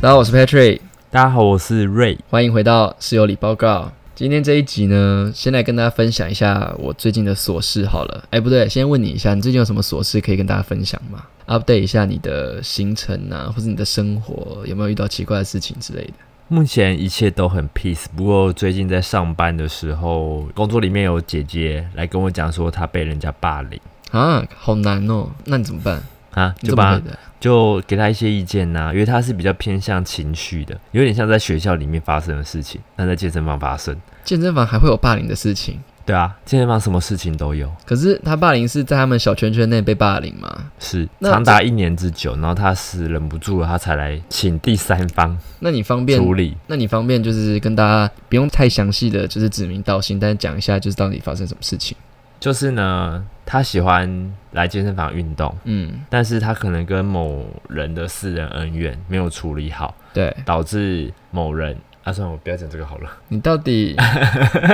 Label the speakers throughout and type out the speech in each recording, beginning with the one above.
Speaker 1: 大家好，我是 Patrick，
Speaker 2: 大家好，我是瑞。
Speaker 1: 欢迎回到室友里报告。今天这一集呢，先来跟大家分享一下我最近的琐事好了。哎，不对，先问你一下，你最近有什么琐事可以跟大家分享吗？update 一下你的行程啊，或者你的生活有没有遇到奇怪的事情之类的？
Speaker 2: 目前一切都很 peace，不过最近在上班的时候，工作里面有姐姐来跟我讲说她被人家霸凌
Speaker 1: 啊，好难哦。那你怎么办？
Speaker 2: 啊，
Speaker 1: 你
Speaker 2: 就
Speaker 1: 怎么回
Speaker 2: 把
Speaker 1: 答？
Speaker 2: 就给她一些意见呐、因为她是比较偏向情绪的，有点像在学校里面发生的事情，但在健身房发生。
Speaker 1: 健身房还会有霸凌的事情，
Speaker 2: 对啊，健身房什么事情都有，
Speaker 1: 可是他霸凌是在他们小圈圈内被霸凌吗？
Speaker 2: 是
Speaker 1: 那
Speaker 2: 长达一年之久，然后她是忍不住了，她才来请第三方
Speaker 1: 那你方便
Speaker 2: 处理。
Speaker 1: 那你方便就是跟大家不用太详细的就是指名道姓，但是讲一下就是到底发生什么事情。
Speaker 2: 就是呢，她喜欢来健身房运动，
Speaker 1: 嗯，
Speaker 2: 但是他可能跟某人的私人恩怨没有处理好，
Speaker 1: 对
Speaker 2: 导致某人啊，算了，我不要讲这个好了。
Speaker 1: 你到 底，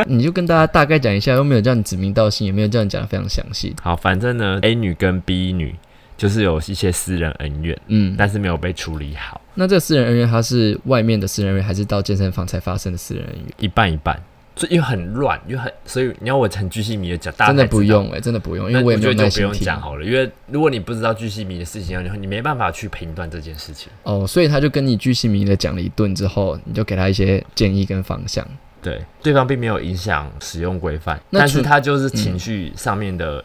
Speaker 1: 你就跟大家大概讲一下，又没有叫你指名道姓，也没有叫你讲的非常详细。
Speaker 2: 好，反正呢，A 女跟 B 女就是有一些私人恩怨，
Speaker 1: 嗯，
Speaker 2: 但是没有被处理好，
Speaker 1: 那这个私人恩怨，他是外面的私人恩怨，还是到健身房才发生的私人恩怨？
Speaker 2: 一半一半，所以又很乱，又很，所以你要我很居细迷的讲，大家
Speaker 1: 真的
Speaker 2: 才知道
Speaker 1: 不。用哎、真的不用，因
Speaker 2: 啊那
Speaker 1: 为
Speaker 2: 我
Speaker 1: 也没有
Speaker 2: 觉得
Speaker 1: 耐
Speaker 2: 就不
Speaker 1: 心
Speaker 2: 用
Speaker 1: 听。
Speaker 2: 讲好了，因为如果你不知道巨细迷的事情，然后你没办法去评断这件事情。
Speaker 1: 哦，所以他就跟你巨细靡的讲了一顿之后，你就给他一些建议跟方向。
Speaker 2: 对，对方并没有影响使用规范，
Speaker 1: 那
Speaker 2: 但是
Speaker 1: 除
Speaker 2: 他就是情绪上面的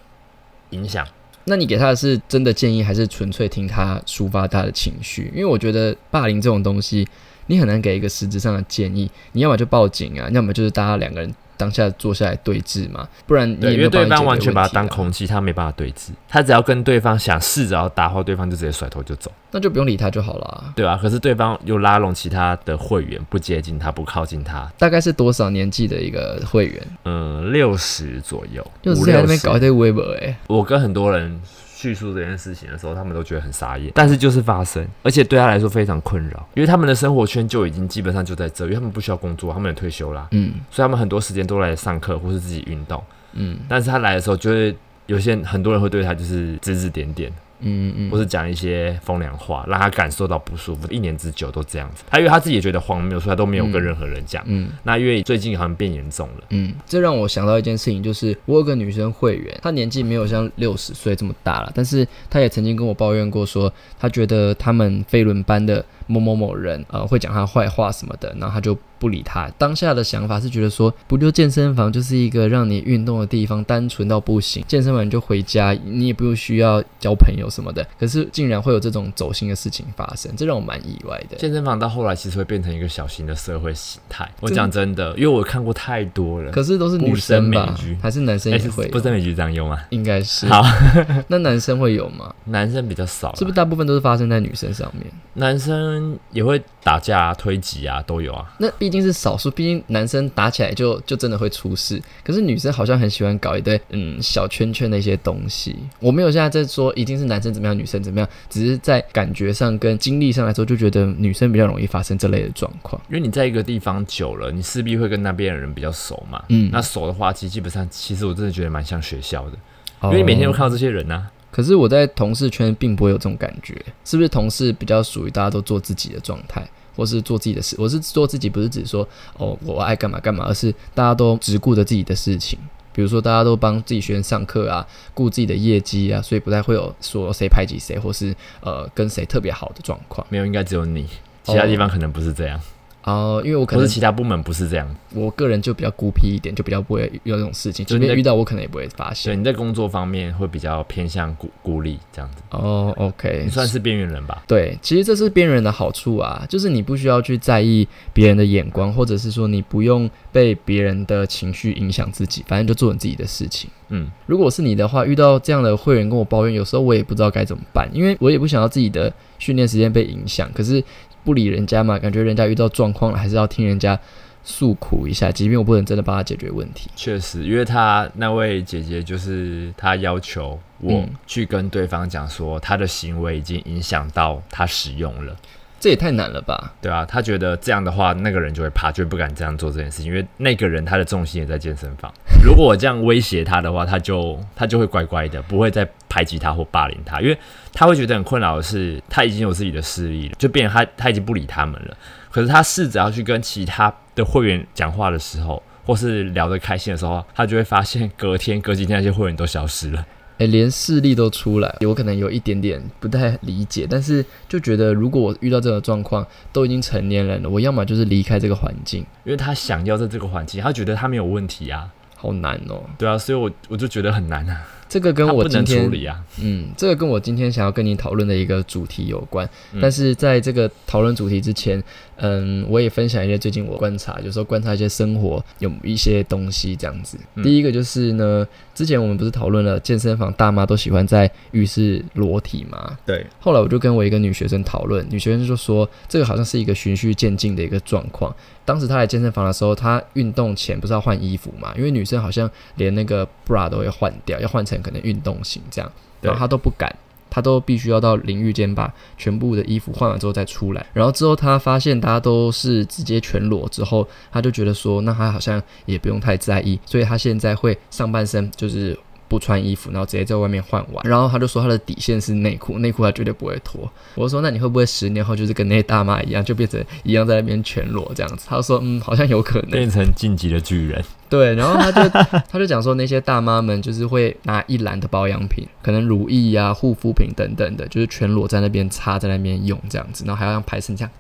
Speaker 2: 影响。
Speaker 1: 那你给他的是真的建议，还是纯粹听他抒发他的情绪？因为我觉得霸凌这种东西，你很难给一个实质上的建议。你要么就报警啊，要么就是大家两个人当下坐下来对峙嘛，不然你
Speaker 2: 对，
Speaker 1: 也没
Speaker 2: 因为
Speaker 1: 有
Speaker 2: 对
Speaker 1: 办法解
Speaker 2: 方
Speaker 1: 决
Speaker 2: 完全把
Speaker 1: 问
Speaker 2: 他
Speaker 1: 题
Speaker 2: 当
Speaker 1: 啊，
Speaker 2: 空气，他没办法对峙，他只要跟对方想试着要打话，对方就直接甩头就走，
Speaker 1: 那就不用理他就好了。啊
Speaker 2: 对吧、可是对方又拉拢其他的会员，不接近他，不靠近他，
Speaker 1: 大概是多少年纪的一个会员？
Speaker 2: 嗯，六十左右，
Speaker 1: 就
Speaker 2: 五
Speaker 1: 是在那
Speaker 2: 六
Speaker 1: 边
Speaker 2: 十
Speaker 1: 搞。一堆微博哎，
Speaker 2: 我跟很多人叙述这件事情的时候，他们都觉得很傻眼，但是就是发生，而且对他来说非常困扰，因为他们的生活圈就已经基本上就在这，因为他们不需要工作，他们也退休啦，
Speaker 1: 嗯
Speaker 2: 所以他们很多时间都来上课或是自己运动。
Speaker 1: 嗯
Speaker 2: 但是他来的时候，就会有些人很多人会对他就是指指点点。
Speaker 1: 嗯嗯，
Speaker 2: 或是讲一些风凉话，让他感受到不舒服。一年之久都这样子，他因为他自己也觉得荒谬，所以他都没有跟任何人讲。
Speaker 1: 嗯。
Speaker 2: 那因为最近好像变严重了，
Speaker 1: 嗯，这让我想到一件事情，就是我有个女生会员，她年纪没有像六十岁这么大了，但是她也曾经跟我抱怨过说，她觉得他们飞轮班的某某某人，呃，会讲她坏话什么的，然后她就不理他。当下的想法是觉得说，不就健身房就是一个让你运动的地方，单纯到不行，健身完你就回家，你也不用需要交朋友什么的。可是竟然会有这种走心的事情发生，这让我蛮意外的。
Speaker 2: 健身房到后来其实会变成一个小型的社会形态。我
Speaker 1: 真
Speaker 2: 讲真的，因为我看过太多了。
Speaker 1: 可是都是女
Speaker 2: 不胜
Speaker 1: 生
Speaker 2: 枚
Speaker 1: 吧
Speaker 2: 举，
Speaker 1: 还是男生
Speaker 2: 哎
Speaker 1: 也
Speaker 2: 是
Speaker 1: 会哦有？
Speaker 2: 不是美局这样用啊？
Speaker 1: 应该是
Speaker 2: 好，
Speaker 1: 那男生会有吗？
Speaker 2: 男生比较少啦，
Speaker 1: 是不是大部分都是发生在女生上面？
Speaker 2: 男生也会打架、啊、推挤啊，都有啊。
Speaker 1: 那毕竟是少数，毕竟男生打起来就就真的会出事。可是女生好像很喜欢搞一堆嗯小圈圈的一些东西。我没有现在在说一定是男生怎么样，女生怎么样，只是在感觉上跟经历上来说，就觉得女生比较容易发生这类的状况。
Speaker 2: 因为你在一个地方久了，你势必会跟那边的人比较熟嘛。
Speaker 1: 嗯
Speaker 2: 那熟的话，其实基本上，其实我真的觉得蛮像学校的，
Speaker 1: 哦
Speaker 2: 因为你每天都看到这些人啊。
Speaker 1: 可是我在同事圈并不会有这种感觉，是不是同事比较属于大家都做自己的状态，或是做自己的事？我是做自己，不是指说哦我爱干嘛干嘛，而是大家都只顾着自己的事情。比如说，大家都帮自己学生上课啊，顾自己的业绩啊，所以不太会有说谁排挤谁，或是呃跟谁特别好的状况。
Speaker 2: 没有，应该只有你，其他地方可能不是这样，
Speaker 1: 哦、因为我可
Speaker 2: 可是
Speaker 1: 能
Speaker 2: 其他部门不是这样。
Speaker 1: 我个人就比较孤僻一点，就比较不会遇到这种事情，
Speaker 2: 就
Speaker 1: 即
Speaker 2: 是
Speaker 1: 便
Speaker 2: 那
Speaker 1: 遇到我可能也不会发
Speaker 2: 所以
Speaker 1: 现。
Speaker 2: 你在工作方面会比较偏向孤孤立这样子，
Speaker 1: 哦，OK，
Speaker 2: 你算是边缘人吧？
Speaker 1: 对，其实这是边缘人的好处啊，就是你不需要去在意别人的眼光，或者是说你不用被别人的情绪影响自己，反正就做你自己的事情。
Speaker 2: 嗯，
Speaker 1: 如果是你的话，遇到这样的会员跟我抱怨，有时候我也不知道该怎么办，因为我也不想要自己的训练时间被影响。可是不理人家嘛，感觉人家遇到状况了，还是要听人家诉苦一下，即便我不能真的帮他解决问题。
Speaker 2: 确实，因为他那位姐姐就是她要求我
Speaker 1: 嗯
Speaker 2: 去跟对方讲说，她的行为已经影响到她使用了，
Speaker 1: 这也太难了吧？
Speaker 2: 对啊，她觉得这样的话，那个人就会怕，就不敢这样做这件事情，因为那个人 他的重心也在健身房。如果我这样威胁他的话，他就他就会乖乖的，不会再排挤他或霸凌他，因为他会觉得很困扰的是，他已经有自己的势力了，就变成他他已经不理他们了。可是他试着要去跟其他的会员讲话的时候，或是聊得开心的时候，他就会发现隔天、隔几天那些会员都消失了。
Speaker 1: 哎、连视力都出来，我可能有一点点不太理解，但是就觉得如果我遇到这个状况，都已经成年人了，我要么就是离开这个环境，
Speaker 2: 因为他想要在这个环境，他觉得他没有问题啊，
Speaker 1: 好难哦。
Speaker 2: 对啊，所以我我就觉得很难啊，
Speaker 1: 这个跟
Speaker 2: 他
Speaker 1: 我
Speaker 2: 不
Speaker 1: 今
Speaker 2: 能处
Speaker 1: 天
Speaker 2: 理啊，
Speaker 1: 嗯，这个跟我今天想要跟你讨论的一个主题有关。
Speaker 2: 嗯
Speaker 1: 但是在这个讨论主题之前，嗯，我也分享一些最近我观察，有时候观察一些生活有一些东西这样子。
Speaker 2: 嗯
Speaker 1: 第一个就是呢，之前我们不是讨论了健身房大妈都喜欢在浴室裸体吗？
Speaker 2: 对，
Speaker 1: 后来我就跟我一个女学生讨论，女学生就说这个好像是一个循序渐进的一个状况。当时她来健身房的时候，她运动前不是要换衣服嘛？因为女生好像连那个 bra 都要换掉，要换成可能运动型这样，
Speaker 2: 对
Speaker 1: 然后她都不敢。她都必须要到淋浴间把全部的衣服换完之后再出来，然后之后她发现大家都是直接全裸之后，她就觉得说，那她好像也不用太在意，所以她现在会上半身就是不穿衣服，然后直接在外面换完。然后他就说他的底线是内裤，内裤他绝对不会脱。我就说那你会不会十年后就是跟那些大妈一样，就变成一样在那边全裸这样子？他就说嗯，好像有可能。
Speaker 2: 变成晋级的巨人，
Speaker 1: 对，然后他就 他就讲说那些大妈们就是会拿一篮的保养品，可能乳液啊、护肤品等等的，就是全裸在那边擦，在那边用这样子，然后还要让拍身这样。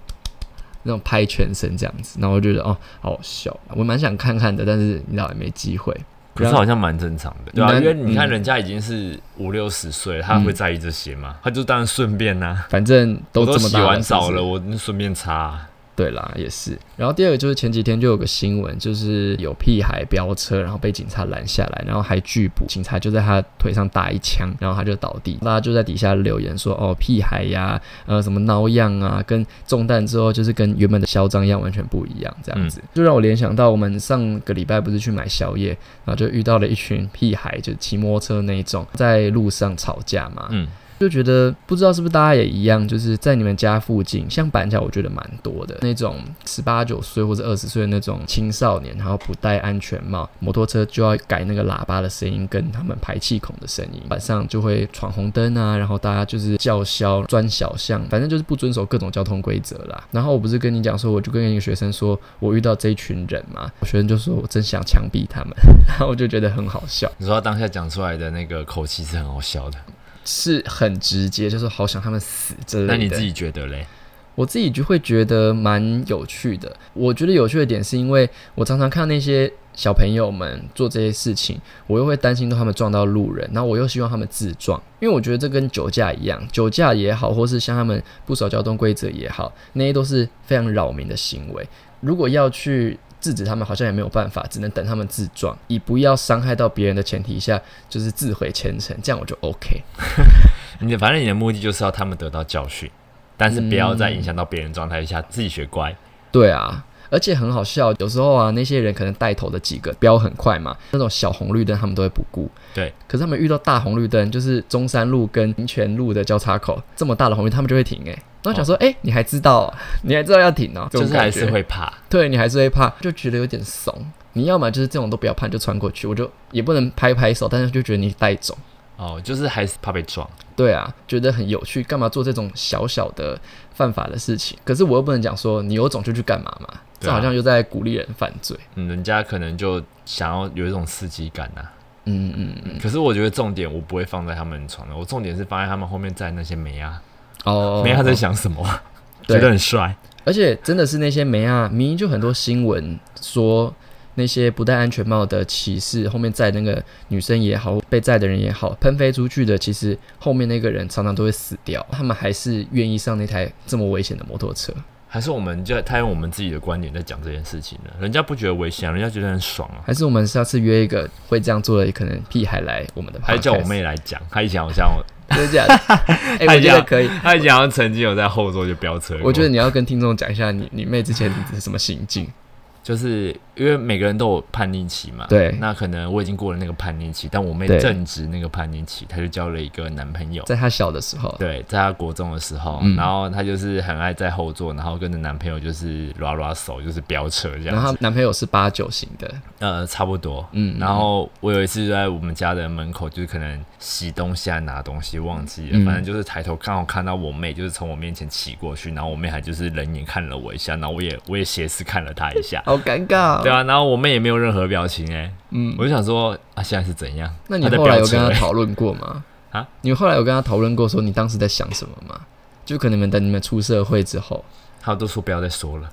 Speaker 1: 那种拍全身这样子，然后我就觉得哦，好好笑，我蛮想看看的，但是你知道也没机会。
Speaker 2: 可是好像蛮正常的，对啊，
Speaker 1: 蛮
Speaker 2: 因为你
Speaker 1: 嗯
Speaker 2: 看人家已经是五六十岁了，他会在意这些吗？他就当然顺便呐、
Speaker 1: 反正都
Speaker 2: 我
Speaker 1: 这
Speaker 2: 都
Speaker 1: 么大
Speaker 2: 洗完
Speaker 1: 是不
Speaker 2: 澡
Speaker 1: 是
Speaker 2: 了，我那顺便擦啊、
Speaker 1: 对啦，也是。然后第二个就是前几天就有个新闻，就是有屁孩飙车，然后被警察拦下来，然后还拒捕，警察就在他腿上打一枪，然后他就倒地。大家就在底下留言说：“哦，屁孩呀，呃，什么孬样啊，跟中弹之后就是跟原本的嚣张样完全不一样。”这样子、就让我联想到我们上个礼拜不是去买宵夜，然后就遇到了一群屁孩，就骑摩托车那一种，在路上吵架嘛。
Speaker 2: 嗯，
Speaker 1: 就觉得不知道是不是大家也一样，就是在你们家附近，像板桥，我觉得蛮多的那种十八九岁或者二十岁的那种青少年，然后不戴安全帽，摩托车就要改那个喇叭的声音跟他们排气孔的声音，晚上就会闯红灯啊，然后大家就是叫嚣钻小巷，反正就是不遵守各种交通规则啦。然后我不是跟你讲说，我就跟一个学生说我遇到这一群人嘛， 我学生就说我真想枪毙他们，然后我就觉得很好笑。
Speaker 2: 你说他当下讲出来的那个口气是很好笑的，
Speaker 1: 是很直接，就是好想他们死之类的。
Speaker 2: 那你自己觉得嘞？
Speaker 1: 我自己就会觉得蛮有趣的。我觉得有趣的点是因为我常常看那些小朋友们做这些事情，我又会担心到他们撞到路人，然后我又希望他们自撞，因为我觉得这跟酒驾一样，酒驾也好，或是像他们不守交通规则也好，那些都是非常扰民的行为。如果要去制止他们，好像也没有办法，只能等他们自撞，以不要伤害到别人的前提下，就是自毁前程，这样我就 OK。
Speaker 2: 你的反正你的目的就是要他们得到教训，但是不要在影响到别人状态下自己学乖。
Speaker 1: 对啊，而且很好笑，有时候啊，那些人可能带头的几个飙很快嘛，那种小红绿灯他们都会不顾。
Speaker 2: 对，
Speaker 1: 可是他们遇到大红绿灯，就是中山路跟民权路的交叉口这么大的红绿，他们就会停哎、欸。然后想说，哎、你还知道哦、你还知道要停哦、这
Speaker 2: 就
Speaker 1: 种
Speaker 2: 是还
Speaker 1: 感觉
Speaker 2: 是会怕，
Speaker 1: 对你还是会怕，就觉得有点怂。你要么就是这种都不要怕，你就穿过去，我就也不能拍拍手，但是就觉得你带种。
Speaker 2: 哦，就是还是怕被撞。
Speaker 1: 对啊，觉得很有趣，干嘛做这种小小的犯法的事情？可是我又不能讲说你有种就去干嘛嘛，这
Speaker 2: 对啊
Speaker 1: 好像又在鼓励人犯罪。
Speaker 2: 嗯，人家可能就想要有一种刺激感啊呐、
Speaker 1: 嗯嗯嗯，
Speaker 2: 可是我觉得重点我不会放在他们床上，我重点是放在他们后面站那些梅啊，
Speaker 1: 哦，
Speaker 2: 梅啊在想什么，
Speaker 1: 对
Speaker 2: 觉得很帅。
Speaker 1: 而且真的是那些梅啊，明明就很多新闻说那些不戴安全帽的骑士，后面载那个女生也好，被载的人也好，喷飞出去的，其实后面那个人常常都会死掉，他们还是愿意上那台这么危险的摩托车。
Speaker 2: 还是我们就他用我们自己的观点在讲这件事情呢？人家不觉得危险啊，人家觉得很爽啊。
Speaker 1: 还是我们下次约一个会这样做的，可能屁孩来我们的 podcast，
Speaker 2: 还叫我妹来讲，她以前好像，
Speaker 1: 真的假 的？哎、
Speaker 2: 太
Speaker 1: 我觉
Speaker 2: 假
Speaker 1: 得
Speaker 2: 了
Speaker 1: 可以。
Speaker 2: 她以前好像曾经有在后座就飙车过。
Speaker 1: 我觉得你要跟听众讲一下你你妹之前是什么行径。
Speaker 2: 就是因为每个人都有叛逆期嘛，
Speaker 1: 对
Speaker 2: 那可能我已经过了那个叛逆期，但我妹
Speaker 1: 对
Speaker 2: 正值那个叛逆期，她就交了一个男朋友，
Speaker 1: 在她小的时候，
Speaker 2: 对，在她国中的时候，
Speaker 1: 嗯
Speaker 2: 然后她就是很爱在后座，然后跟着男朋友就是拉拉手，就是飙车这
Speaker 1: 然
Speaker 2: 样
Speaker 1: 后
Speaker 2: 子
Speaker 1: 她，男朋友是八九型的，
Speaker 2: 呃，差不多，
Speaker 1: 嗯，
Speaker 2: 然后我有一次就在我们家的门口，就是可能洗东西啊、拿东西忘记了，
Speaker 1: 嗯
Speaker 2: 反正就是抬头刚好看到我妹，就是从我面前骑过去，然后我妹还就是冷眼看了我一下，然后我也我也斜视看了她
Speaker 1: ，
Speaker 2: 一下
Speaker 1: 好尴尬、哦，
Speaker 2: 对啊，然后我妹也没有任何表情哎、
Speaker 1: 嗯，
Speaker 2: 我就想说啊，现在是怎样？
Speaker 1: 那你
Speaker 2: 她在
Speaker 1: 后来
Speaker 2: 飙
Speaker 1: 有
Speaker 2: 车
Speaker 1: 跟她
Speaker 2: 欸
Speaker 1: 讨论过吗？
Speaker 2: 啊，
Speaker 1: 你后来有跟她讨论过说你当时在想什么吗？就可能你们等你们出社会之 后，
Speaker 2: 她都说不要再说了，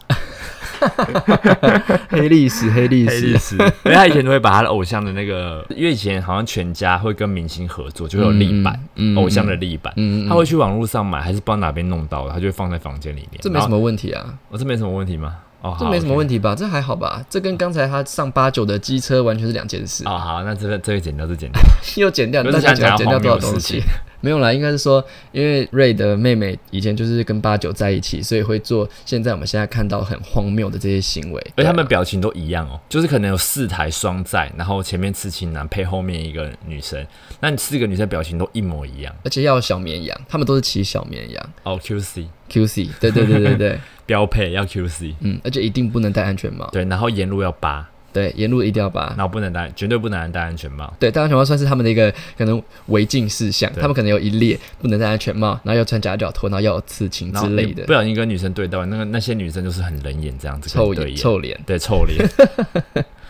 Speaker 1: 黑历史，黑历
Speaker 2: 黑历
Speaker 1: 史，
Speaker 2: 史，哎因为她以前都会把她的偶像的那个，因为以前好像全家会跟明星合作，就会有立板，
Speaker 1: 嗯嗯嗯
Speaker 2: 偶像的立板。
Speaker 1: 嗯，嗯
Speaker 2: 她会去网络上买，还是不知道哪边弄到的，她就会放在房间里面。
Speaker 1: 这没什
Speaker 2: 然后，
Speaker 1: 么问题啊，
Speaker 2: 哦，这没什么问题吗？哦，
Speaker 1: 这
Speaker 2: 好
Speaker 1: 没什么
Speaker 2: OK
Speaker 1: 问题吧？这还好吧？这跟刚才她上八九的机车完全是两件事，
Speaker 2: 哦，好，那这个这个剪掉，这剪掉。
Speaker 1: 又剪掉，
Speaker 2: 不是
Speaker 1: 大家
Speaker 2: 想讲
Speaker 1: 剪掉
Speaker 2: 荒
Speaker 1: 多少
Speaker 2: 谬的事
Speaker 1: 东
Speaker 2: 情
Speaker 1: 西？ 没有啦，应该是说，因为瑞的妹妹以前就是跟八九在一起，所以会做现在我们现在看到很荒谬的这些行为。
Speaker 2: 而且他们表情都一样哦，就是可能有四台双载，然后前面刺青男配后面一个女生，那你四个女生表情都一模一样。
Speaker 1: 而且要有小绵羊，他们都是骑小绵羊
Speaker 2: 哦，QC
Speaker 1: QC，对对对对 对，
Speaker 2: 标配要 QC，
Speaker 1: 嗯，而且一定不能戴安全帽，
Speaker 2: 对，然后沿路要扒，
Speaker 1: 对，沿路一定要把
Speaker 2: 然。后不能戴，绝对不能戴安全帽。
Speaker 1: 对，戴安全帽算是他们的一个可能违禁事项，
Speaker 2: 对
Speaker 1: 他们可能有一列不能戴安全帽，然后要穿夹脚拖，然后要有刺青
Speaker 2: 然后
Speaker 1: 之
Speaker 2: 你
Speaker 1: 类的
Speaker 2: 不，小心跟女生对到，那个那些女生就是很冷眼这样子跟
Speaker 1: 臭
Speaker 2: 你对
Speaker 1: 脸
Speaker 2: 眼，
Speaker 1: 臭脸，
Speaker 2: 对臭脸，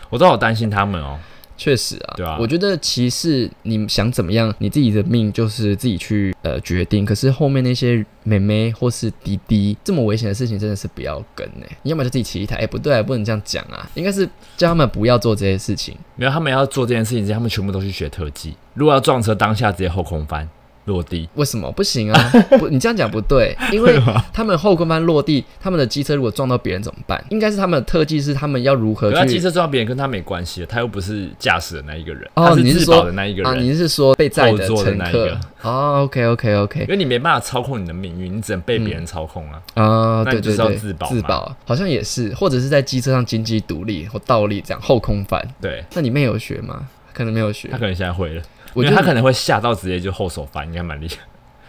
Speaker 2: 我都好担心他们哦。
Speaker 1: 确实啊，
Speaker 2: 对啊
Speaker 1: 我觉得歧视你想怎么样，你自己的命就是自己去呃决定。可是后面那些妹妹或是弟弟这么危险的事情，真的是不要跟呢、你要么就自己骑一台，哎、不对啊、不能这样讲啊，应该是叫他们不要做这些事情。
Speaker 2: 没有，他们要做这件事情之前，他们全部都去学特技。如果要撞车，当下直接后空翻落地，
Speaker 1: 为什么不行 啊？不，你这样讲不对，因为他们后跟班落地，他们的机车如果撞到别人怎么办？应该是他们的特技是他们要如何
Speaker 2: 可他机
Speaker 1: 去。
Speaker 2: 车撞到别人跟他没关系，他又不是驾驶的那一个人，
Speaker 1: 哦
Speaker 2: 他是
Speaker 1: 你是
Speaker 2: 自
Speaker 1: 说
Speaker 2: 保的那一个
Speaker 1: 啊，
Speaker 2: 人，
Speaker 1: 你是说被载的
Speaker 2: 后座的
Speaker 1: 乘
Speaker 2: 那一
Speaker 1: 客
Speaker 2: 个？
Speaker 1: 哦，OK OK OK，
Speaker 2: 因为你没办法操控你的命运，你只能被别
Speaker 1: 嗯
Speaker 2: 人操控啊。
Speaker 1: 啊、
Speaker 2: 那
Speaker 1: 对
Speaker 2: 你就
Speaker 1: 对
Speaker 2: 是要
Speaker 1: 对，
Speaker 2: 自保嘛
Speaker 1: 好像也是，或者是在机车上经济独立或倒立这样后空翻。
Speaker 2: 对
Speaker 1: 那你妹有学吗？可能没有学
Speaker 2: 他。可能现在会了，
Speaker 1: 我觉
Speaker 2: 因为
Speaker 1: 得
Speaker 2: 他
Speaker 1: 你
Speaker 2: 可能会吓到直接就后手翻，应该蛮厉害。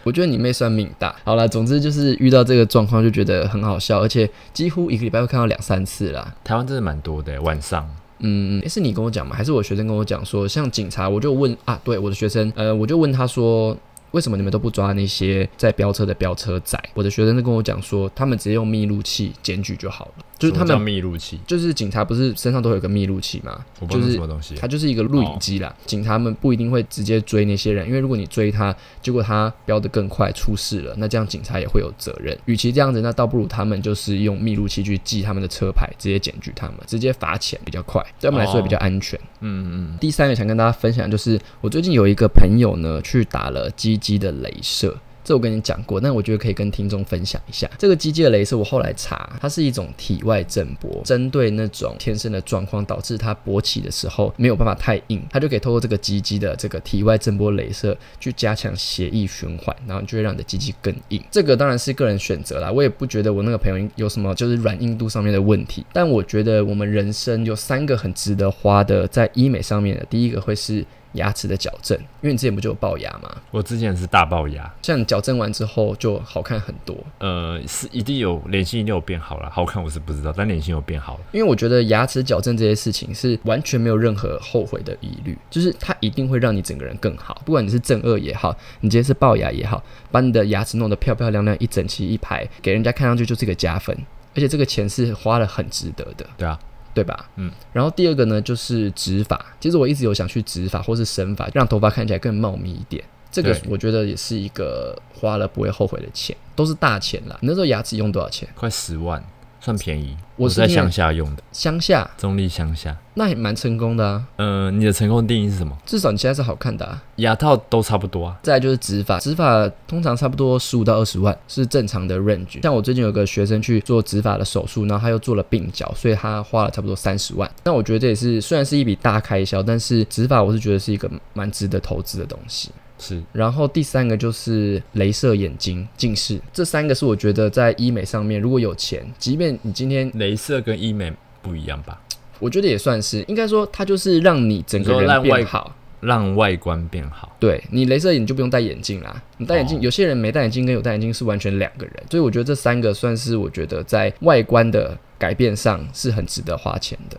Speaker 1: 我觉得你妹算命大。好啦，总之就是遇到这个状况就觉得很好笑，而且几乎一个礼拜会看到两三次啦。
Speaker 2: 台湾真的蛮多的，欸晚上
Speaker 1: 嗯，诶是你跟我讲吗？还是我学生跟我讲说，像警察，我就问啊，对，我的学生，呃，我就问他说。为什么你们都不抓那些在飙车的飙车仔？我的学生就跟我讲说，他们直接用密录器检举就好了，就是他
Speaker 2: 什么
Speaker 1: 们
Speaker 2: 叫密录器，
Speaker 1: 就是警察不是身上都有个密录器吗？
Speaker 2: 我
Speaker 1: 就
Speaker 2: 不知道
Speaker 1: 是
Speaker 2: 什么东西哦啊
Speaker 1: 它。就是一个录影机啦。警察们不一定会直接追那些人，因为如果你追他，结果他飙得更快出事了，那这样警察也会有责任。与其这样子，那倒不如他们就是用密录器去记他们的车牌，直接检举他们，直接罚钱比较快，对他们来说也比较安全。
Speaker 2: 嗯嗯
Speaker 1: 第三个想跟大家分享的就是，我最近有一个朋友呢去打了鸡鸡的镭射。这我跟你讲过，但我觉得可以跟听众分享一下。这个鸡鸡的镭射，我后来查，它是一种体外震波，针对那种天生的状况导致它勃起的时候没有办法太硬，它就可以透过这个鸡鸡的这个体外震波镭射去加强血液循环，然后就会让你的鸡鸡更硬。这个当然是个人选择啦，我也不觉得我那个朋友有什么就是软硬度上面的问题，但我觉得我们人生有三个很值得花的在医美上面的，第一个会是牙齿的矫正，因为你之前不就有龅牙嘛，
Speaker 2: 嗯，我之前是大龅牙，
Speaker 1: 像你矫正完之后就好看很多，
Speaker 2: 呃，是一定有脸型一定有变好了，好看我是不知道，但脸型有变好了。
Speaker 1: 因为我觉得牙齿矫正这些事情是完全没有任何后悔的疑虑，就是它一定会让你整个人更好，不管你是正颚也好，你今天是龅牙也好，把你的牙齿弄得漂漂亮亮一整齐一排，给人家看上去就是一个加分，而且这个钱是花了很值得的。
Speaker 2: 对啊，
Speaker 1: 对吧？
Speaker 2: 嗯，
Speaker 1: 然后第二个呢，就是植发。其实我一直有想去植发或是生发，让头发看起来更茂密一点。这个
Speaker 2: 对
Speaker 1: 我觉得也是一个花了不会后悔的钱，都是大钱啦。你那时候牙齿用多少钱？
Speaker 2: 快十万，算便宜。
Speaker 1: 我
Speaker 2: 我
Speaker 1: 是
Speaker 2: 在
Speaker 1: 听
Speaker 2: 乡
Speaker 1: 人
Speaker 2: 下用的，
Speaker 1: 乡下
Speaker 2: 中立乡下。
Speaker 1: 那也蛮成功的啊，
Speaker 2: 呃，你的成功定义是什么？
Speaker 1: 至少你现在是好看的啊。
Speaker 2: 牙套都差不多啊。
Speaker 1: 再来就是植发，植发通常差不多十五到二十万是正常的 range。像我最近有个学生去做植发的手术，然后他又做了鬓角，所以他花了差不多三十万。那我觉得这也是虽然是一笔大开销，但是植发我是觉得是一个蛮值得投资的东西。
Speaker 2: 是
Speaker 1: 然后第三个就是镭射眼睛近视，这三个是我觉得在医美上面如果有钱，即便你今天
Speaker 2: 镭射跟医美不一样吧？
Speaker 1: 我觉得也算是，应该说它就是让你整
Speaker 2: 你
Speaker 1: 个
Speaker 2: 说
Speaker 1: 人
Speaker 2: 让外
Speaker 1: 变好。
Speaker 2: 让外观变好，
Speaker 1: 对你镭射眼就不用戴眼镜啦，你戴眼镜，
Speaker 2: 哦
Speaker 1: 有些人没戴眼镜跟有戴眼镜是完全两个人，所以我觉得这三个算是我觉得在外观的改变上是很值得花钱的。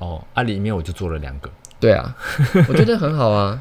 Speaker 2: 哦，啊，里面我就做了两个，
Speaker 1: 对 啊，我觉得很好啊，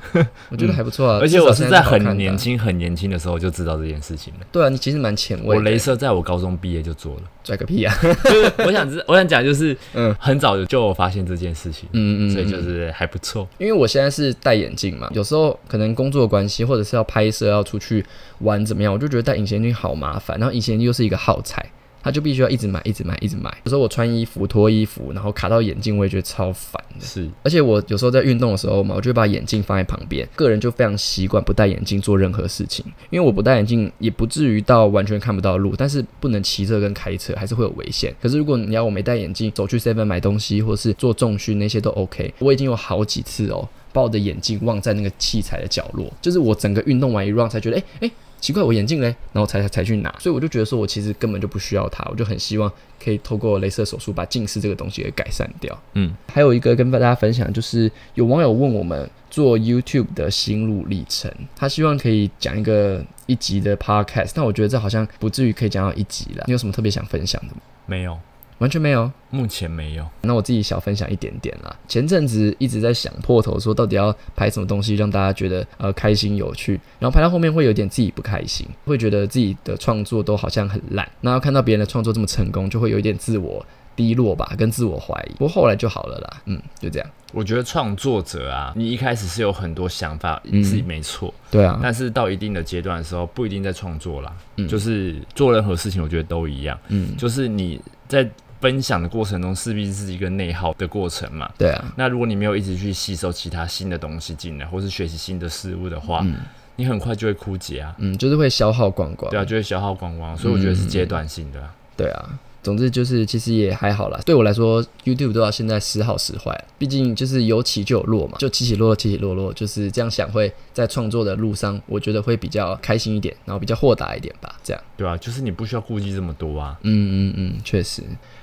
Speaker 1: 我觉得还不错啊，
Speaker 2: 而且我是
Speaker 1: 至少现
Speaker 2: 在
Speaker 1: 好看的啊
Speaker 2: 很年。轻、很年轻的时候就知道这件事情了。
Speaker 1: 对啊，你其实蛮前卫
Speaker 2: 我
Speaker 1: 的，
Speaker 2: 镭射在我高中毕业就做了，
Speaker 1: 拽个屁啊！
Speaker 2: 就是我想知，我想讲就是，
Speaker 1: 嗯
Speaker 2: 嗯，很早就有发现这件事情，
Speaker 1: 嗯嗯嗯，
Speaker 2: 所以就
Speaker 1: 嗯
Speaker 2: 是还不错。
Speaker 1: 因为我现在是戴眼镜嘛，有时候可能工作关系，或者是要拍摄、要出去玩怎么样，我就觉得戴隐形眼镜好麻烦。然后隐形眼镜又是一个耗材，它就必须要一直买、一直买、一直买。有时候我穿衣服、脱衣服，然后卡到眼镜，我也觉得超烦的。
Speaker 2: 是，
Speaker 1: 而且我有时候在运动的时候嘛，我就会把眼镜放在旁边。个人就非常习惯不戴眼镜做任何事情，因为我不戴眼镜也不至于到完全看不到路，但是不能骑车跟开车还是会有危险。可是如果你要我没戴眼镜走去 Seven 买东西，或是做重训那些都 OK。我已经有好几次哦，把我的眼镜忘在那个器材的角落，就是我整个运动完一 round 才觉得，哎、哎、奇怪，我眼镜嘞，然后才才才去拿，所以我就觉得说我其实根本就不需要它，我就很希望可以透过镭射手术把近视这个东西给改善掉。
Speaker 2: 嗯，
Speaker 1: 还有一个跟大家分享，就是有网友问我们做 YouTube 的心路历程，他希望可以讲一个一集的 podcast，但我觉得这好像不至于可以讲到一集了。你有什么特别想分享的吗？
Speaker 2: 没有，
Speaker 1: 完全没有。
Speaker 2: 目前没有。
Speaker 1: 那我自己小分享一点点啦。前阵子一直在想破头，说到底要拍什么东西让大家觉得呃开心有趣，然后拍到后面会有点自己不开心，会觉得自己的创作都好像很烂。那要看到别人的创作这么成功，就会有一点自我低落吧，跟自我怀疑。不过后来就好了啦，嗯，就这样。
Speaker 2: 我觉得创作者啊，你一开始是有很多想法，
Speaker 1: 嗯
Speaker 2: 是没错，
Speaker 1: 对啊，
Speaker 2: 但是到一定的阶段的时候，不一定在创作啦。
Speaker 1: 嗯
Speaker 2: 就是做任何事情，我觉得都一样，
Speaker 1: 嗯，
Speaker 2: 就是你在分享的过程中，势必是一个内耗的过程嘛。
Speaker 1: 对啊，
Speaker 2: 那如果你没有一直去吸收其他新的东西进来，或是学习新的事物的话，
Speaker 1: 嗯
Speaker 2: 你很快就会枯竭啊，
Speaker 1: 嗯，就是会消耗光光。
Speaker 2: 对啊，就会消耗光光。所以我觉得是阶段性的、啊。
Speaker 1: 对啊，总之就是其实也还好啦。对我来说，YouTube 都要现在时好时坏，毕竟就是有起就有落嘛，就起起落落，起起落落，就是这样想会在创作的路上，我觉得会比较开心一点，然后比较豁达一点吧，这样。
Speaker 2: 对啊，就是你不需要顾忌这么多啊。
Speaker 1: 嗯嗯嗯，确实。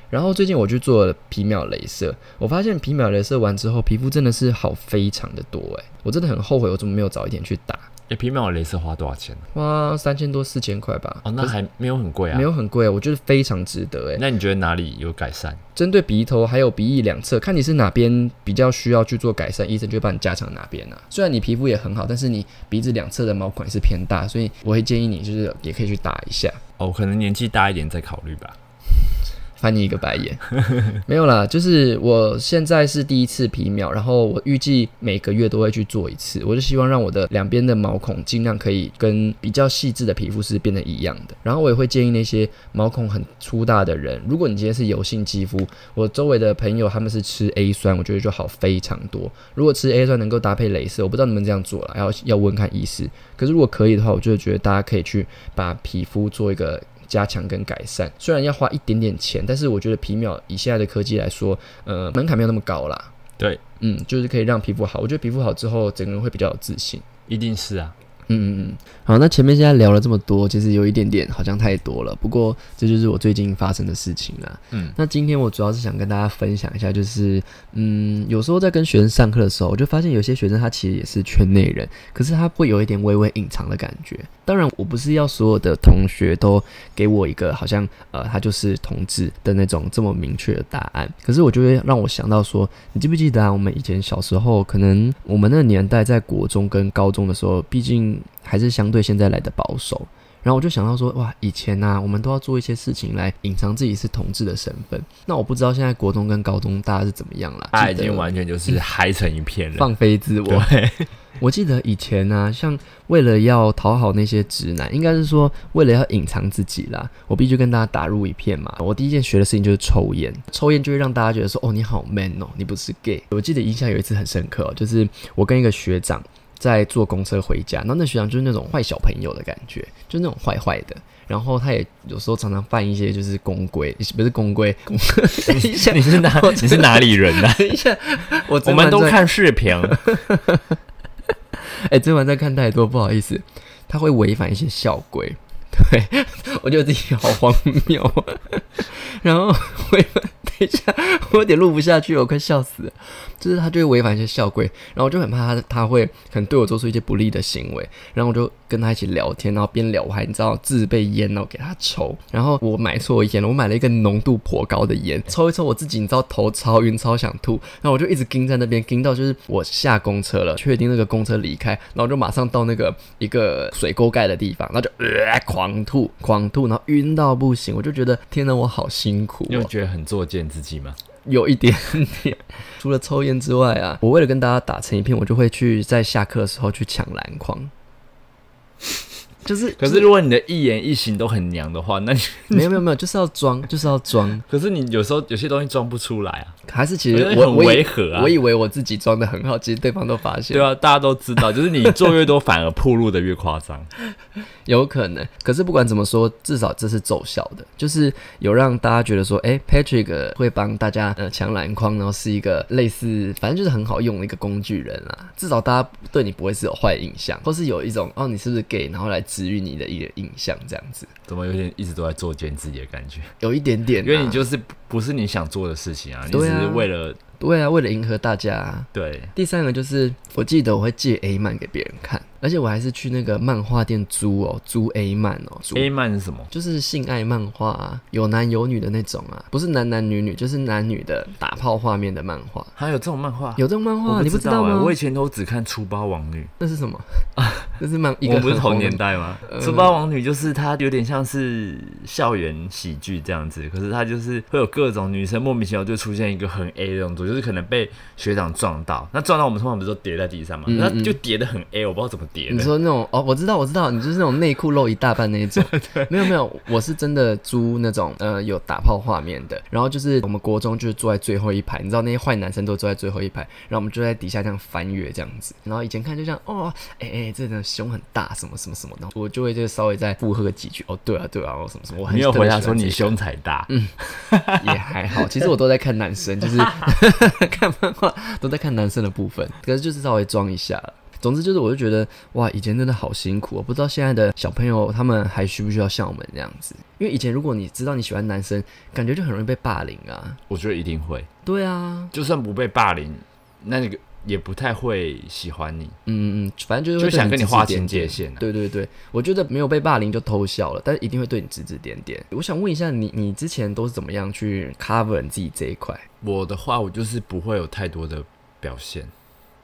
Speaker 1: 然后最近我去做了皮秒镭射，我发现皮秒镭射完之后，皮肤真的是好非常的多诶、我真的很后悔我怎么没有早一点去打，
Speaker 2: 诶，皮秒镭射花多少钱？
Speaker 1: 花三千多四千块吧，
Speaker 2: 哦，那还没有很贵啊。
Speaker 1: 没有很贵，我觉得非常值得欸诶、
Speaker 2: 那你觉得哪里有改善？
Speaker 1: 针对鼻头还有鼻翼两侧，看你是哪边比较需要去做改善，医生就会帮你加强哪边啊。虽然你皮肤也很好，但是你鼻子两侧的毛孔也是偏大，所以我会建议你就是也可以去打一下。
Speaker 2: 哦，可能年纪大一点再考虑吧。
Speaker 1: 翻你一个白眼， 没有啦，就是我现在是第一次皮秒，然后我预计每个月都会去做一次，我就希望让我的两边的毛孔尽量可以跟比较细致的皮肤是变得一样的。然后我也会建议那些毛孔很粗大的人，如果你今天是油性肌肤，我周围的朋友他们是吃 A 酸，我觉得就好非常多。如果吃 A 酸能够搭配镭射，我不知道你们这样做了，要要问看医师。可是如果可以的话，我就会觉得大家可以去把皮肤做一个加强跟改善。虽然要花一点点钱，但是我觉得皮秒以现在的科技来说，呃，门槛没有那么高啦。
Speaker 2: 对，
Speaker 1: 嗯，就是可以让皮肤好。我觉得皮肤好之后，整个人会比较有自信。
Speaker 2: 一定是啊。
Speaker 1: 嗯嗯嗯，好，那前面现在聊了这么多，其实有一点点好像太多了，不过这就是我最近发生的事情啦。
Speaker 2: 嗯，
Speaker 1: 那今天我主要是想跟大家分享一下，就是嗯，有时候在跟学生上课的时候，我就发现有些学生他其实也是圈内人，可是他会有一点微微隐藏的感觉。当然，我不是要所有的同学都给我一个好像呃他就是同志的那种这么明确的答案，可是我就会让我想到说，你记不记得啊？我们以前小时候，可能我们那个年代在国中跟高中的时候，毕竟还是相对现在来的保守。然后我就想到说，哇，以前呐、我们都要做一些事情来隐藏自己是同志的身份。那我不知道现在国中跟高中大家是怎么样啦，
Speaker 2: 他
Speaker 1: 记
Speaker 2: 已
Speaker 1: 得
Speaker 2: 经完全就是嗨成一片了。
Speaker 1: 放飞自我。
Speaker 2: 对，
Speaker 1: 我记得以前呢、像为了要讨好那些直男，应该是说为了要隐藏自己啦，我必须跟大家打入一片嘛。我第一件学的事情就是抽烟，抽烟就会让大家觉得说，哦，你好 man 哦，你不是 gay。我记得印象有一次很深刻、哦，就是我跟一个学长在坐公车回家，然后那学长就是那种坏小朋友的感觉，就是那种坏坏的。然后他也有时候常常犯一些就是公规，不是公规，公等一下，
Speaker 2: 你是哪
Speaker 1: 我
Speaker 2: 你是哪里人 呢、啊？
Speaker 1: 等一下， 我
Speaker 2: 我
Speaker 1: 真
Speaker 2: 们
Speaker 1: 蛮
Speaker 2: 都
Speaker 1: 专
Speaker 2: 看视频，
Speaker 1: 哎、这晚在看太多，不好意思，他会违反一些校规。 对，我觉得自己好荒谬啊。然后违反，等一下，我有点录不下去了，我快笑死了。就是他就会违反一些校规，然后我就很怕他他会可能对我做出一些不利的行为，然后我就跟他一起聊天，然后边聊我还你知道自备烟，然后给他抽，然后我买错烟了，我买了一个浓度颇高的烟，抽一抽我自己你知道头超晕超想吐，然后我就一直盯在那边盯到就是我下公车了，确定那个公车离开，然后我就马上到那个一个水沟盖的地方，然后就呃狂吐狂吐，然后晕到不行，我就觉得天哪，我好辛苦、
Speaker 2: 你有
Speaker 1: 哦，
Speaker 2: 觉得很作践自己吗？
Speaker 1: 有一点点。 除了抽烟之外啊，我为了跟大家打成一片，我就会去在下课的时候去抢篮筐。就是，
Speaker 2: 可
Speaker 1: 就是
Speaker 2: 如果你的一言一行都很娘的话，那你
Speaker 1: 没有没有没有，就是要装，就是要装。
Speaker 2: 可是你有时候有些东西装不出来啊，
Speaker 1: 还是其实
Speaker 2: 我觉得
Speaker 1: 我
Speaker 2: 很
Speaker 1: 我以
Speaker 2: 违和啊
Speaker 1: 我以为我自己装的很好，其实对方都发现。
Speaker 2: 对啊，大家都知道，就是你做越多，反而铺路的越夸张。
Speaker 1: 有可能。可是不管怎么说，至少这是奏效的，就是有让大家觉得说，哎、p a t r i c k 会帮大家呃抢篮筐，然后是一个类似，反正就是很好用的一个工具人啦。至少大家对你不会是有坏印象，或是有一种哦，你是不是 gay，然后来治愈你的一个印象这样子，
Speaker 2: 怎么有点一直都在作践自己的感觉？
Speaker 1: 有一点点啊、
Speaker 2: 因为你就是不不是你想做的事情啊，你只
Speaker 1: 对啊
Speaker 2: 是为了
Speaker 1: 对啊，为了迎合大家啊、
Speaker 2: 对
Speaker 1: 第三个就是，我记得我会借 A 漫给别人看，而且我还是去那个漫画店租哦，租 A 漫哦，租
Speaker 2: A 漫是什么？
Speaker 1: 就是性爱漫画、啊，有男有女的那种啊，不是男男女女，就是男女的打炮画面的漫画。
Speaker 2: 还有这种漫画？
Speaker 1: 有这种漫画，啊
Speaker 2: 我
Speaker 1: 你
Speaker 2: 不
Speaker 1: 不知道
Speaker 2: 欸
Speaker 1: 吗？
Speaker 2: 我以前都只看《粗包王女
Speaker 1: 那是什 么？那是漫一》，
Speaker 2: 我
Speaker 1: 个
Speaker 2: 们不是
Speaker 1: 很红
Speaker 2: 同
Speaker 1: 的嗯
Speaker 2: 年代吗？粗包王女》就是它有点像是校园喜剧这样子，可是它就是会有各种女生莫名其妙就出现一个很 A 的动作，就是可能被学长撞到，那撞到我们通常不是都跌在地上嘛，
Speaker 1: 嗯
Speaker 2: 那
Speaker 1: 嗯
Speaker 2: 就跌得很 A，我不知道怎么跌
Speaker 1: 你
Speaker 2: 的。
Speaker 1: 说那种哦，我知道，我知道，你就是那种内裤露一大半那一 种。没有没有，我是真的租那种呃有打炮画面的。然后就是我们国中就是坐在最后一排，你知道那些坏男生都坐在最后一排，然后我们就在底下这样翻阅这样子。然后以前看就像哦，哎、哎、这人胸很大，什么什么什么的，我就会就稍微再附和几句。哦，对啊对啊，我什么什么，我很
Speaker 2: 你有
Speaker 1: 特别
Speaker 2: 回答
Speaker 1: 喜
Speaker 2: 说
Speaker 1: 欢
Speaker 2: 你
Speaker 1: 这个
Speaker 2: 胸才大，
Speaker 1: 嗯也还好，其实我都在看男生，就是 看漫画都在看男生的部分，可是就是稍微装一下了。总之就是，我就觉得哇，以前真的好辛苦哦，我不知道现在的小朋友他们还需不需要像我们这样子？因为以前如果你知道你喜欢男生，感觉就很容易被霸凌啊。
Speaker 2: 我觉得一定会，
Speaker 1: 对啊，
Speaker 2: 就算不被霸凌，那个也不太会喜欢你。
Speaker 1: 嗯嗯，嗯，反正就是会
Speaker 2: 就想
Speaker 1: 对
Speaker 2: 跟你
Speaker 1: 指指
Speaker 2: 划
Speaker 1: 点
Speaker 2: 清界
Speaker 1: 点
Speaker 2: 限啊
Speaker 1: 对对对，我觉得没有被霸凌就偷笑了，但是一定会对你指指点点。我想问一下你，你之前都是怎么样去 cover 你自己这一块？
Speaker 2: 我的话，我就是不会有太多的表现，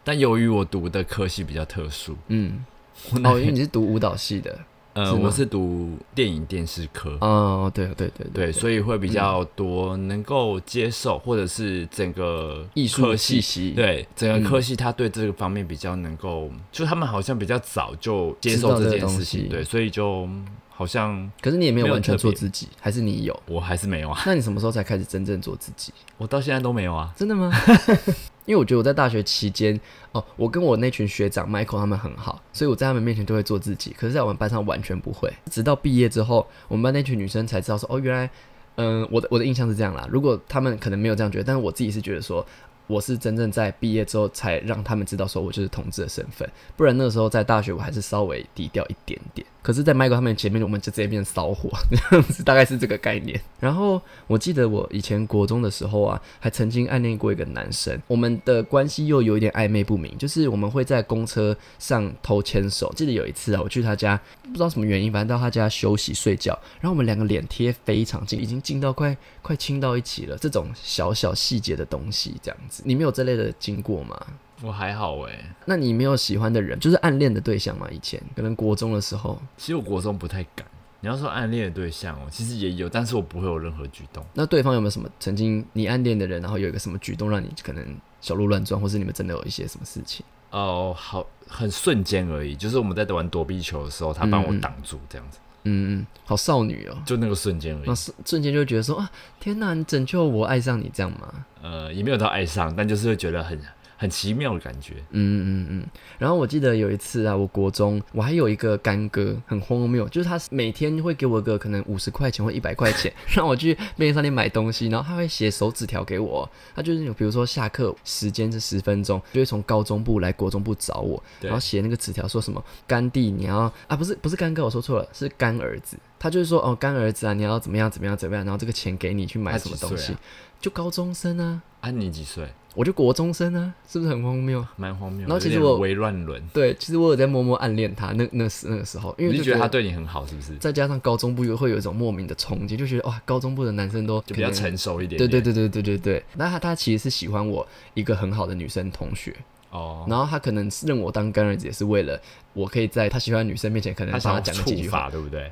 Speaker 2: 但由于我读的科系比较特殊，
Speaker 1: 嗯，
Speaker 2: 我那
Speaker 1: 哦，因为你是读舞蹈系的。
Speaker 2: 呃，
Speaker 1: 是吗
Speaker 2: 我是读电影电视科，
Speaker 1: 哦，对对对
Speaker 2: 对，所以会比较多能够接受，或者是整个
Speaker 1: 嗯艺术
Speaker 2: 科
Speaker 1: 的气
Speaker 2: 系。
Speaker 1: 息，，嗯
Speaker 2: 对整个科系，他对这个方面比较能够，就他们好像比较早就接
Speaker 1: 知道
Speaker 2: 受
Speaker 1: 这
Speaker 2: 这
Speaker 1: 个
Speaker 2: 件
Speaker 1: 东
Speaker 2: 事
Speaker 1: 西
Speaker 2: 情，对，所以就好像
Speaker 1: 可是你也没有
Speaker 2: 没有
Speaker 1: 完全
Speaker 2: 特
Speaker 1: 做
Speaker 2: 别
Speaker 1: 自己，还是你有？
Speaker 2: 我还是没有啊，
Speaker 1: 那你什么时候才开始真正做自己？
Speaker 2: 我到现在都没有啊。
Speaker 1: 真的吗？ 因为我觉得我在大学期间，哦，我跟我那群学长 Michael 他们很好，所以我在他们面前都会做自己。可是，在我们班上完全不会。直到毕业之后，我们班那群女生才知道说，哦，原来，嗯、我的我的印象是这样啦。如果他们可能没有这样觉得，但是我自己是觉得说，我是真正在毕业之后才让他们知道说我就是同志的身份，不然那个时候在大学我还是稍微低调一点点。可是，在 Michael 他们前面，我们就直接变成骚货，这样子大概是这个概念。然后我记得我以前国中的时候啊，还曾经暗恋过一个男生，我们的关系又有一点暧昧不明，就是我们会在公车上偷牵手。记得有一次啊，我去他家，不知道什么原因，反正到他家休息睡觉，然后我们两个脸贴非常近，已经近到快快亲到一起了。这种小小细节的东西，这样子，你们有这类的经过吗？
Speaker 2: 我还好哎、
Speaker 1: 那你没有喜欢的人，就是暗恋的对象吗？以前可能国中的时候，
Speaker 2: 其实我国中不太敢。你要说暗恋的对象哦，其实也有，但是我不会有任何举动。
Speaker 1: 那对方有没有什么曾经你暗恋的人，然后有一个什么举动让你可能小鹿乱撞，或是你们真的有一些什么事情？
Speaker 2: 哦，好，很瞬间而已，就是我们在玩躲避球的时候，他帮我
Speaker 1: 嗯嗯
Speaker 2: 挡住，这样子，
Speaker 1: 嗯，嗯，好少女哦。
Speaker 2: 就那个瞬间而
Speaker 1: 那
Speaker 2: 已。
Speaker 1: 瞬瞬间就会觉得说啊，天哪，你拯救我，爱上你这样吗？
Speaker 2: 呃，也没有到爱上，但就是会觉得很很奇妙的感觉。
Speaker 1: 嗯嗯嗯。然后我记得有一次啊，我国中我还有一个干哥，很荒谬，就是他每天会给我个可能五十块钱或一百块钱， 让我去便利商店买东西，然后他会写手纸条给我。他就是有比如说下课时间是十分钟，就会从高中部来国中部找我，
Speaker 2: 对
Speaker 1: 然后写那个纸条说什么干弟你要啊不是不是干哥我说错了是干儿子，他就是说哦干儿子啊你要怎么样怎么样怎么样，然后这个钱给你去买什么东
Speaker 2: 他几
Speaker 1: 西
Speaker 2: 岁，
Speaker 1: 就高中生啊，
Speaker 2: 啊，你几岁？
Speaker 1: 我就国中生啊，是不是很荒谬？
Speaker 2: 蛮荒谬的。
Speaker 1: 然后其实
Speaker 2: 有点
Speaker 1: 我
Speaker 2: 微乱伦，
Speaker 1: 对，其实我有在默默暗恋他，那那时那个时候，因为
Speaker 2: 你
Speaker 1: 就
Speaker 2: 就觉得他，对你很好，是不是？
Speaker 1: 再加上高中部又会有一种莫名的憧憬，就觉得哇，高中部的男生都
Speaker 2: 就比较
Speaker 1: 可能
Speaker 2: 成熟一点
Speaker 1: 对
Speaker 2: 点。
Speaker 1: 对对对对对对，那他他其实是喜欢我一个很好的女生同学，
Speaker 2: 哦，
Speaker 1: 然后他可能是认我当干儿子，也是为了我可以在他喜欢的女生面前可能帮
Speaker 2: 他想
Speaker 1: 他
Speaker 2: 要
Speaker 1: 讲个
Speaker 2: 处
Speaker 1: 几句话，
Speaker 2: 罚，对不对？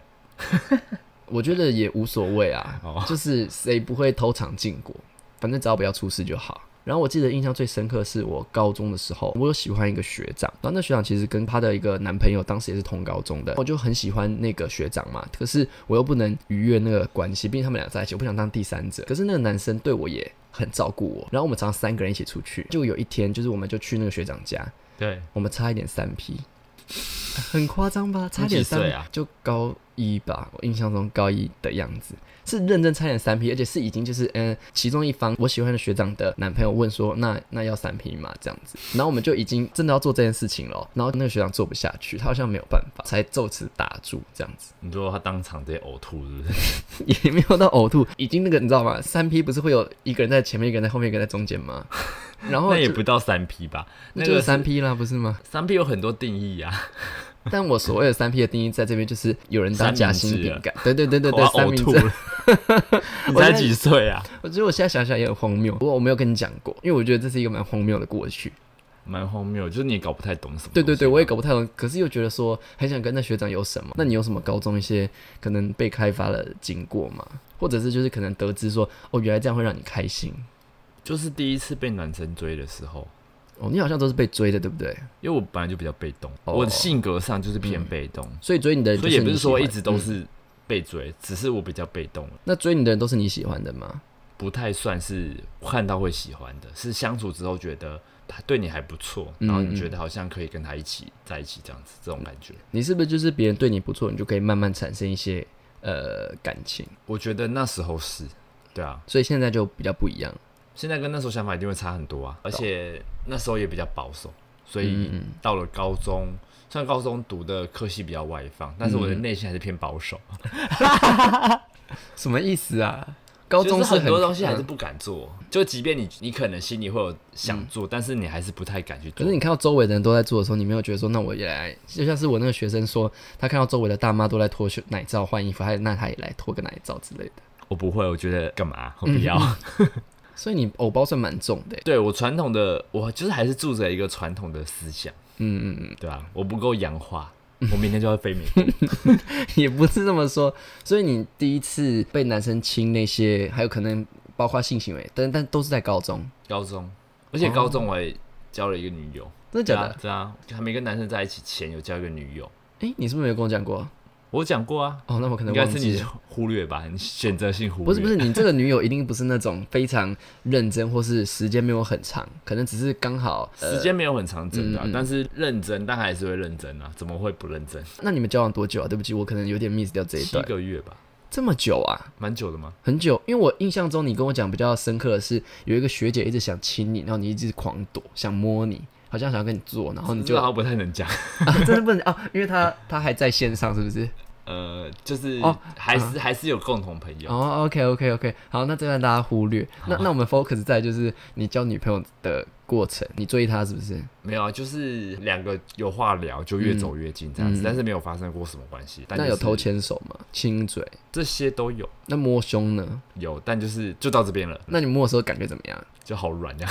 Speaker 1: 我觉得也无所谓啊，
Speaker 2: 哦
Speaker 1: 就是谁不会偷尝禁果，反正只要不要出事就好。然后我记得印象最深刻是我高中的时候，我有喜欢一个学长，然后那学长其实跟她的一个男朋友当时也是同高中的，我就很喜欢那个学长嘛，可是我又不能逾越那个关系，毕竟他们俩在一起，我不想当第三者。可是那个男生对我也很照顾我，然后我们常常三个人一起出去，就有一天就是我们就去那个学长家，
Speaker 2: 对，
Speaker 1: 我们差一点三 P，很夸张吧？差一点三
Speaker 2: 你几岁啊
Speaker 1: 就高一吧，我印象中高一的样子，是认真差一点三 P，而且是已经就是嗯，其中一方我喜欢的学长的男朋友问说，那那要三 P 吗？这样子，然后我们就已经真的要做这件事情了，然后那个学长做不下去，他好像没有办法，才就此打住这样子，
Speaker 2: 你说他当场直接呕吐，是不是？
Speaker 1: 也没有到呕吐，已经那个你知道吗？三 P 不是会有一个人在前面，一个人在后面，一个人在中间吗？然后
Speaker 2: 那也
Speaker 1: 就
Speaker 2: 不到三 P 吧？
Speaker 1: 那
Speaker 2: 那
Speaker 1: 就是
Speaker 2: 个
Speaker 1: 三 P 啦，不是吗？
Speaker 2: 三 P 有很多定义啊，
Speaker 1: 但我所谓的三 P 的定义，在这边就是有人当夹心饼干，对对对对
Speaker 2: 我
Speaker 1: 对
Speaker 2: 要，
Speaker 1: 三
Speaker 2: 呕
Speaker 1: 明
Speaker 2: 啊吐
Speaker 1: 治。
Speaker 2: 了。 你才几岁啊？
Speaker 1: 我觉得我现在想想也很荒谬，不过我没有跟你讲过，因为我觉得这是一个蛮荒谬的过去。
Speaker 2: 蛮荒谬，就是你也搞不太懂什么。啊
Speaker 1: 对对对，我也。搞不太懂，可是又觉得说很想跟那学长有什么？那你有什么高中一些可能被开发的经过吗？或者是就是可能得知说哦，原来这样会让你开心
Speaker 2: 就是第一次被男生追的时候，
Speaker 1: 哦，你好像都是被追的，对不对？
Speaker 2: 因为我本来就比较被动，
Speaker 1: 哦
Speaker 2: 我的性格上就是偏被动，
Speaker 1: 所以追你的人
Speaker 2: 所
Speaker 1: 就是
Speaker 2: 以也
Speaker 1: 你
Speaker 2: 不是说
Speaker 1: 喜欢
Speaker 2: 一直都
Speaker 1: 嗯
Speaker 2: 是被追，只是我比较被动，
Speaker 1: 那追你的人都是你喜欢的吗？
Speaker 2: 不太算是看到会喜欢的，是相处之后觉得他对你还不错，
Speaker 1: 嗯
Speaker 2: 然后你觉得好像可以跟他一起在一起这样子，这种感觉，
Speaker 1: 你是不是就是别人对你不错，你就可以慢慢产生一些呃感情？
Speaker 2: 我觉得那时候是，对啊，
Speaker 1: 所以现在就比较不一样。
Speaker 2: 现在跟那时候想法一定会差很多啊，而且那时候也比较保守，所以
Speaker 1: 嗯
Speaker 2: 到了高中，虽然高中读的科系比较外放，但是我的
Speaker 1: 嗯
Speaker 2: 内心还是偏保守。
Speaker 1: 什么意思啊？高中
Speaker 2: 就是
Speaker 1: 是
Speaker 2: 很多东西还是
Speaker 1: 嗯
Speaker 2: 不敢做，就即便你你可能心里会有想做，但是你还是不太敢去
Speaker 1: 可
Speaker 2: 做
Speaker 1: 是。你看到周围的人都在做的时候，你没有觉得说，那我也来？就像是我那个学生说，他看到周围的大妈都在脱胸奶罩换衣服，他也那他也来脱个奶罩之类的。
Speaker 2: 我不会，我觉得干嘛？
Speaker 1: 嗯
Speaker 2: 我不要。
Speaker 1: 所以你偶包算蛮重的欸，
Speaker 2: 对我传统的，我就是还是住着一个传统的思想，
Speaker 1: 嗯嗯
Speaker 2: 对吧、我不够洋化，我明天就要飞美 国。
Speaker 1: 嗯，也不是这么说。所以你第一次被男生亲那些，还有可能包括性行为，但但都是在高中，
Speaker 2: 高中，而且高中我还交了一个女友，
Speaker 1: 真的
Speaker 2: 对
Speaker 1: 假
Speaker 2: 啊
Speaker 1: 的？
Speaker 2: 对啊，还没跟男生在一起前有交一个女友，
Speaker 1: 哎、你是不是没有跟我讲过？
Speaker 2: 我讲过啊，
Speaker 1: 哦，那我可
Speaker 2: 应
Speaker 1: 能
Speaker 2: 该
Speaker 1: 忘
Speaker 2: 是
Speaker 1: 记
Speaker 2: 你
Speaker 1: 了。
Speaker 2: 忽略吧，你选择性忽略。
Speaker 1: 不是不是，你这个女友一定不是那种非常认真，或是时间没有很长，可能只是刚好、呃、
Speaker 2: 时间没有很长，真的啊、
Speaker 1: 嗯嗯
Speaker 2: 但是认真，但还是会认真啊，怎么会不认真？
Speaker 1: 那你们交往多久啊？对不起，我可能有点 miss 掉这一
Speaker 2: 七
Speaker 1: 段。
Speaker 2: 个月吧，
Speaker 1: 这么久啊，
Speaker 2: 蛮久的吗？
Speaker 1: 很久。因为我印象中你跟我讲比较深刻的是，有一个学姐一直想亲你，然后你一直狂躲，想摸你，好像想要跟你做，然后哦你
Speaker 2: 这
Speaker 1: 就
Speaker 2: 个好像不太能讲，
Speaker 1: 啊， 真的不能啊，因为她她还在线上，是不是？
Speaker 2: 呃，就是
Speaker 1: 哦
Speaker 2: 还是、还是有共同朋友。
Speaker 1: 哦，OK OK OK，好，那这段大家忽略。那那我们 focus 在就是你交女朋友的过程，你追她是不是？
Speaker 2: 没有啊，就是两个有话聊，就越走越近这样子，
Speaker 1: 嗯
Speaker 2: 但是没有发生过什么关系。但
Speaker 1: 那
Speaker 2: 就是
Speaker 1: 有偷牵手吗？亲嘴？
Speaker 2: 这些都有
Speaker 1: 那摸胸呢？
Speaker 2: 有，但就是就到这边了，
Speaker 1: 那你摸的时候感觉怎么样？
Speaker 2: 就好软呀。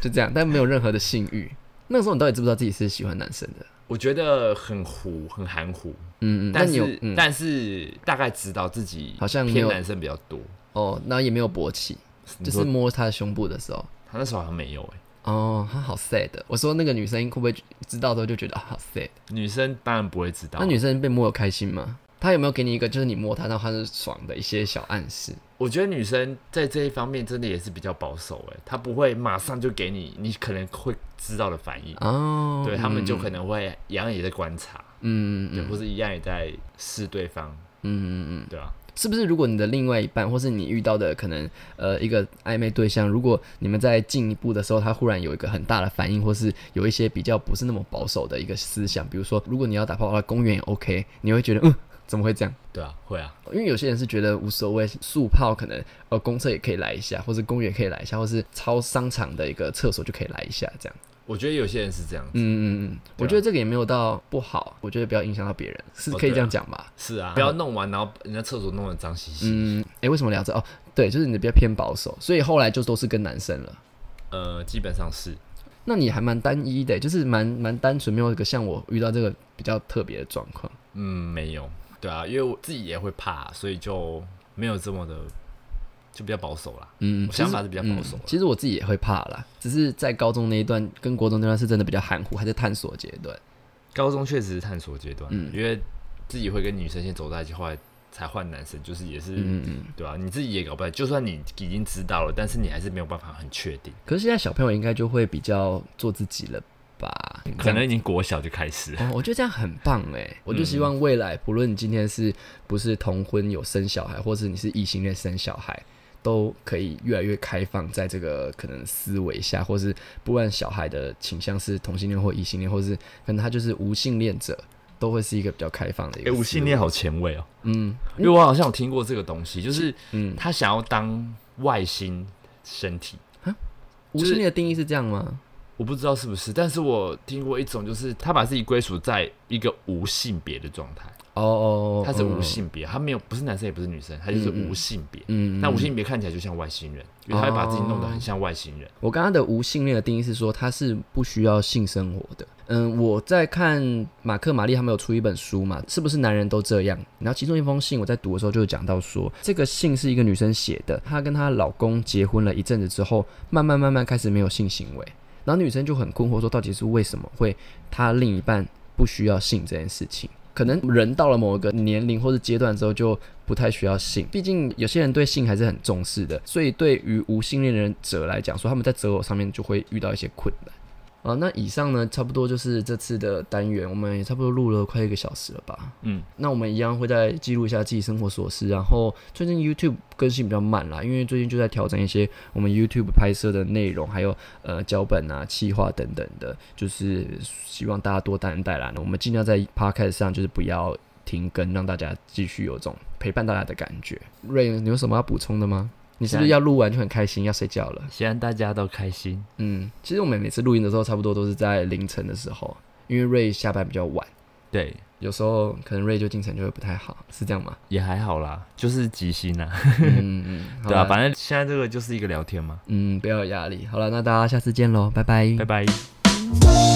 Speaker 1: 就这样，但没有任何的性欲。那个时候你到底知不知道自己是喜欢男生的？
Speaker 2: 我觉得很糊，很含糊，
Speaker 1: 嗯嗯，那
Speaker 2: 但
Speaker 1: 你有
Speaker 2: 是、
Speaker 1: 嗯
Speaker 2: 但是大概知道自己
Speaker 1: 好像没
Speaker 2: 偏
Speaker 1: 有
Speaker 2: 男生比较多，
Speaker 1: 哦，那也没有勃起，
Speaker 2: 你
Speaker 1: 就是
Speaker 2: 说
Speaker 1: 摸他的胸部的时候。
Speaker 2: 他那时候好像没有哎、
Speaker 1: 哦，他好 sad。我说那个女生会不会知道之后就觉得啊好 sad？
Speaker 2: 女生当然不会知道
Speaker 1: 那。女生被摸有开心吗？她有没有给你一个就是你摸她，然后她是爽的一些小暗示？
Speaker 2: 我觉得女生在这一方面真的也是比较保守哎、她不会马上就给你你可能会知道的反应，
Speaker 1: 哦，
Speaker 2: 对他们就
Speaker 1: 嗯
Speaker 2: 可能会一样也在观察，
Speaker 1: 嗯
Speaker 2: 对，
Speaker 1: 嗯
Speaker 2: 或是一样也在试对方，
Speaker 1: 嗯嗯嗯，
Speaker 2: 对吧、啊
Speaker 1: 是不是？如果你的另外一半，或是你遇到的可能呃一个暧昧对象，如果你们在进一步的时候，他忽然有一个很大的反应，或是有一些比较不是那么保守的一个思想，比如说如果你要打炮的话，公园也 OK，你会觉得嗯怎么会这样？
Speaker 2: 对啊，会啊，
Speaker 1: 因为有些人是觉得无所谓，速泡可能呃公厕也可以来一下，或者公园也可以来一下，或是超商场的一个厕所就可以来一下这样。
Speaker 2: 我觉得有些人是这样子，
Speaker 1: 嗯嗯嗯，我觉得这个也没有到不好，我觉得不要影响到别人，是
Speaker 2: 哦
Speaker 1: 可以这
Speaker 2: 对啊
Speaker 1: 样讲吧？
Speaker 2: 是啊，不要弄完然后人家厕所弄得脏兮兮。
Speaker 1: 嗯，诶，为什么聊这？哦，对，就是你比较偏保守，所以后来就都是跟男生了。
Speaker 2: 呃，基本上是，
Speaker 1: 那你还蛮单一的，就是蛮蛮单纯，没有一个像我遇到这个比较特别的状况。
Speaker 2: 嗯，没有，对啊，因为我自己也会怕，所以就没有这么的，就比较保守啦。
Speaker 1: 嗯，
Speaker 2: 我
Speaker 1: 其实
Speaker 2: 想法是比较保守
Speaker 1: 嗯
Speaker 2: 啦。
Speaker 1: 其实我自己也会怕啦，只是在高中那一段跟国中那段是真的比较含糊，还在探索阶段。
Speaker 2: 高中确实是探索阶段，
Speaker 1: 嗯
Speaker 2: 因为自己会跟女生先走在一起，后来才换男生，就是也是，
Speaker 1: 嗯嗯嗯。
Speaker 2: 对啊，你自己也搞不太，就算你已经知道了，但是你还是没有办法很确定，
Speaker 1: 可是现在小朋友应该就会比较做自己了吧？
Speaker 2: 可能已经国小就开始了。
Speaker 1: 哦，我觉得这样很棒哎！我就希望未来，不论你今天是不是同婚有生小孩，或是你是异性恋生小孩，都可以越来越开放，在这个可能思维下，或是不管小孩的倾向是同性恋或异性恋，或是可能他就是无性恋者，都会是一个比较开放的一
Speaker 2: 哎、
Speaker 1: 个、
Speaker 2: 无性，恋好前卫哦、
Speaker 1: 嗯，
Speaker 2: 因为我好像有听过这个东西，就是
Speaker 1: 嗯
Speaker 2: 他想要当外星身体，
Speaker 1: 无性恋的定义是这样吗？
Speaker 2: 我不知道是不是，但是我听过一种，就是他把自己归属在一个无性别的状态，
Speaker 1: 哦哦，哦
Speaker 2: 他是无，性别，他没有不是男生也不是女生，他就是无性别。
Speaker 1: 嗯，嗯
Speaker 2: 那无性别看起来就像外星人，因为他会把自己弄得很像外星人。
Speaker 1: 我刚刚的无性恋的定义是说，他是不需要性生活的。嗯，我在看马克·玛丽他们有出一本书嘛，是不是男人都这样？然后其中一封信我在读的时候就有讲到说，这个信是一个女生写的，她跟她老公结婚了一阵子之后，慢慢慢慢开始没有性行为，然后女生就很困惑说，到底是为什么会她另一半不需要性这件事情？可能人到了某一个年龄或者阶段之后，就不太需要性，毕竟有些人对性还是很重视的，所以对于无性恋人者来讲说，他们在择偶上面就会遇到一些困难。啊，那以上呢，差不多就是这次的单元，我们也差不多录了快一个小时了吧？
Speaker 2: 嗯，
Speaker 1: 那我们一样会再记录一下自己生活琐事，然后最近 YouTube 更新比较慢啦，因为最近就在调整一些我们 YouTube 拍摄的内容，还有呃脚本啊、企划等等的，就是希望大家多担待啦。我们尽量在 Podcast 上就是不要停更，让大家继续有种陪伴大家的感觉。瑞，你有什么要补充的吗？你是不是要录完就很开心，要睡觉了？
Speaker 2: 希望大家都开心。
Speaker 1: 嗯，其实我们每次录音的时候，差不多都是在凌晨的时候，因为瑞下班比较晚，
Speaker 2: 对，
Speaker 1: 有时候可能瑞就精神就会不太好，是这样吗？
Speaker 2: 也还好啦，就是即兴啦，
Speaker 1: 嗯嗯，嗯，好
Speaker 2: 对啊，
Speaker 1: 啦
Speaker 2: 反正现在这个就是一个聊天嘛。
Speaker 1: 嗯，不要有压力。好了，那大家下次见喽，拜拜
Speaker 2: 拜拜。
Speaker 3: 「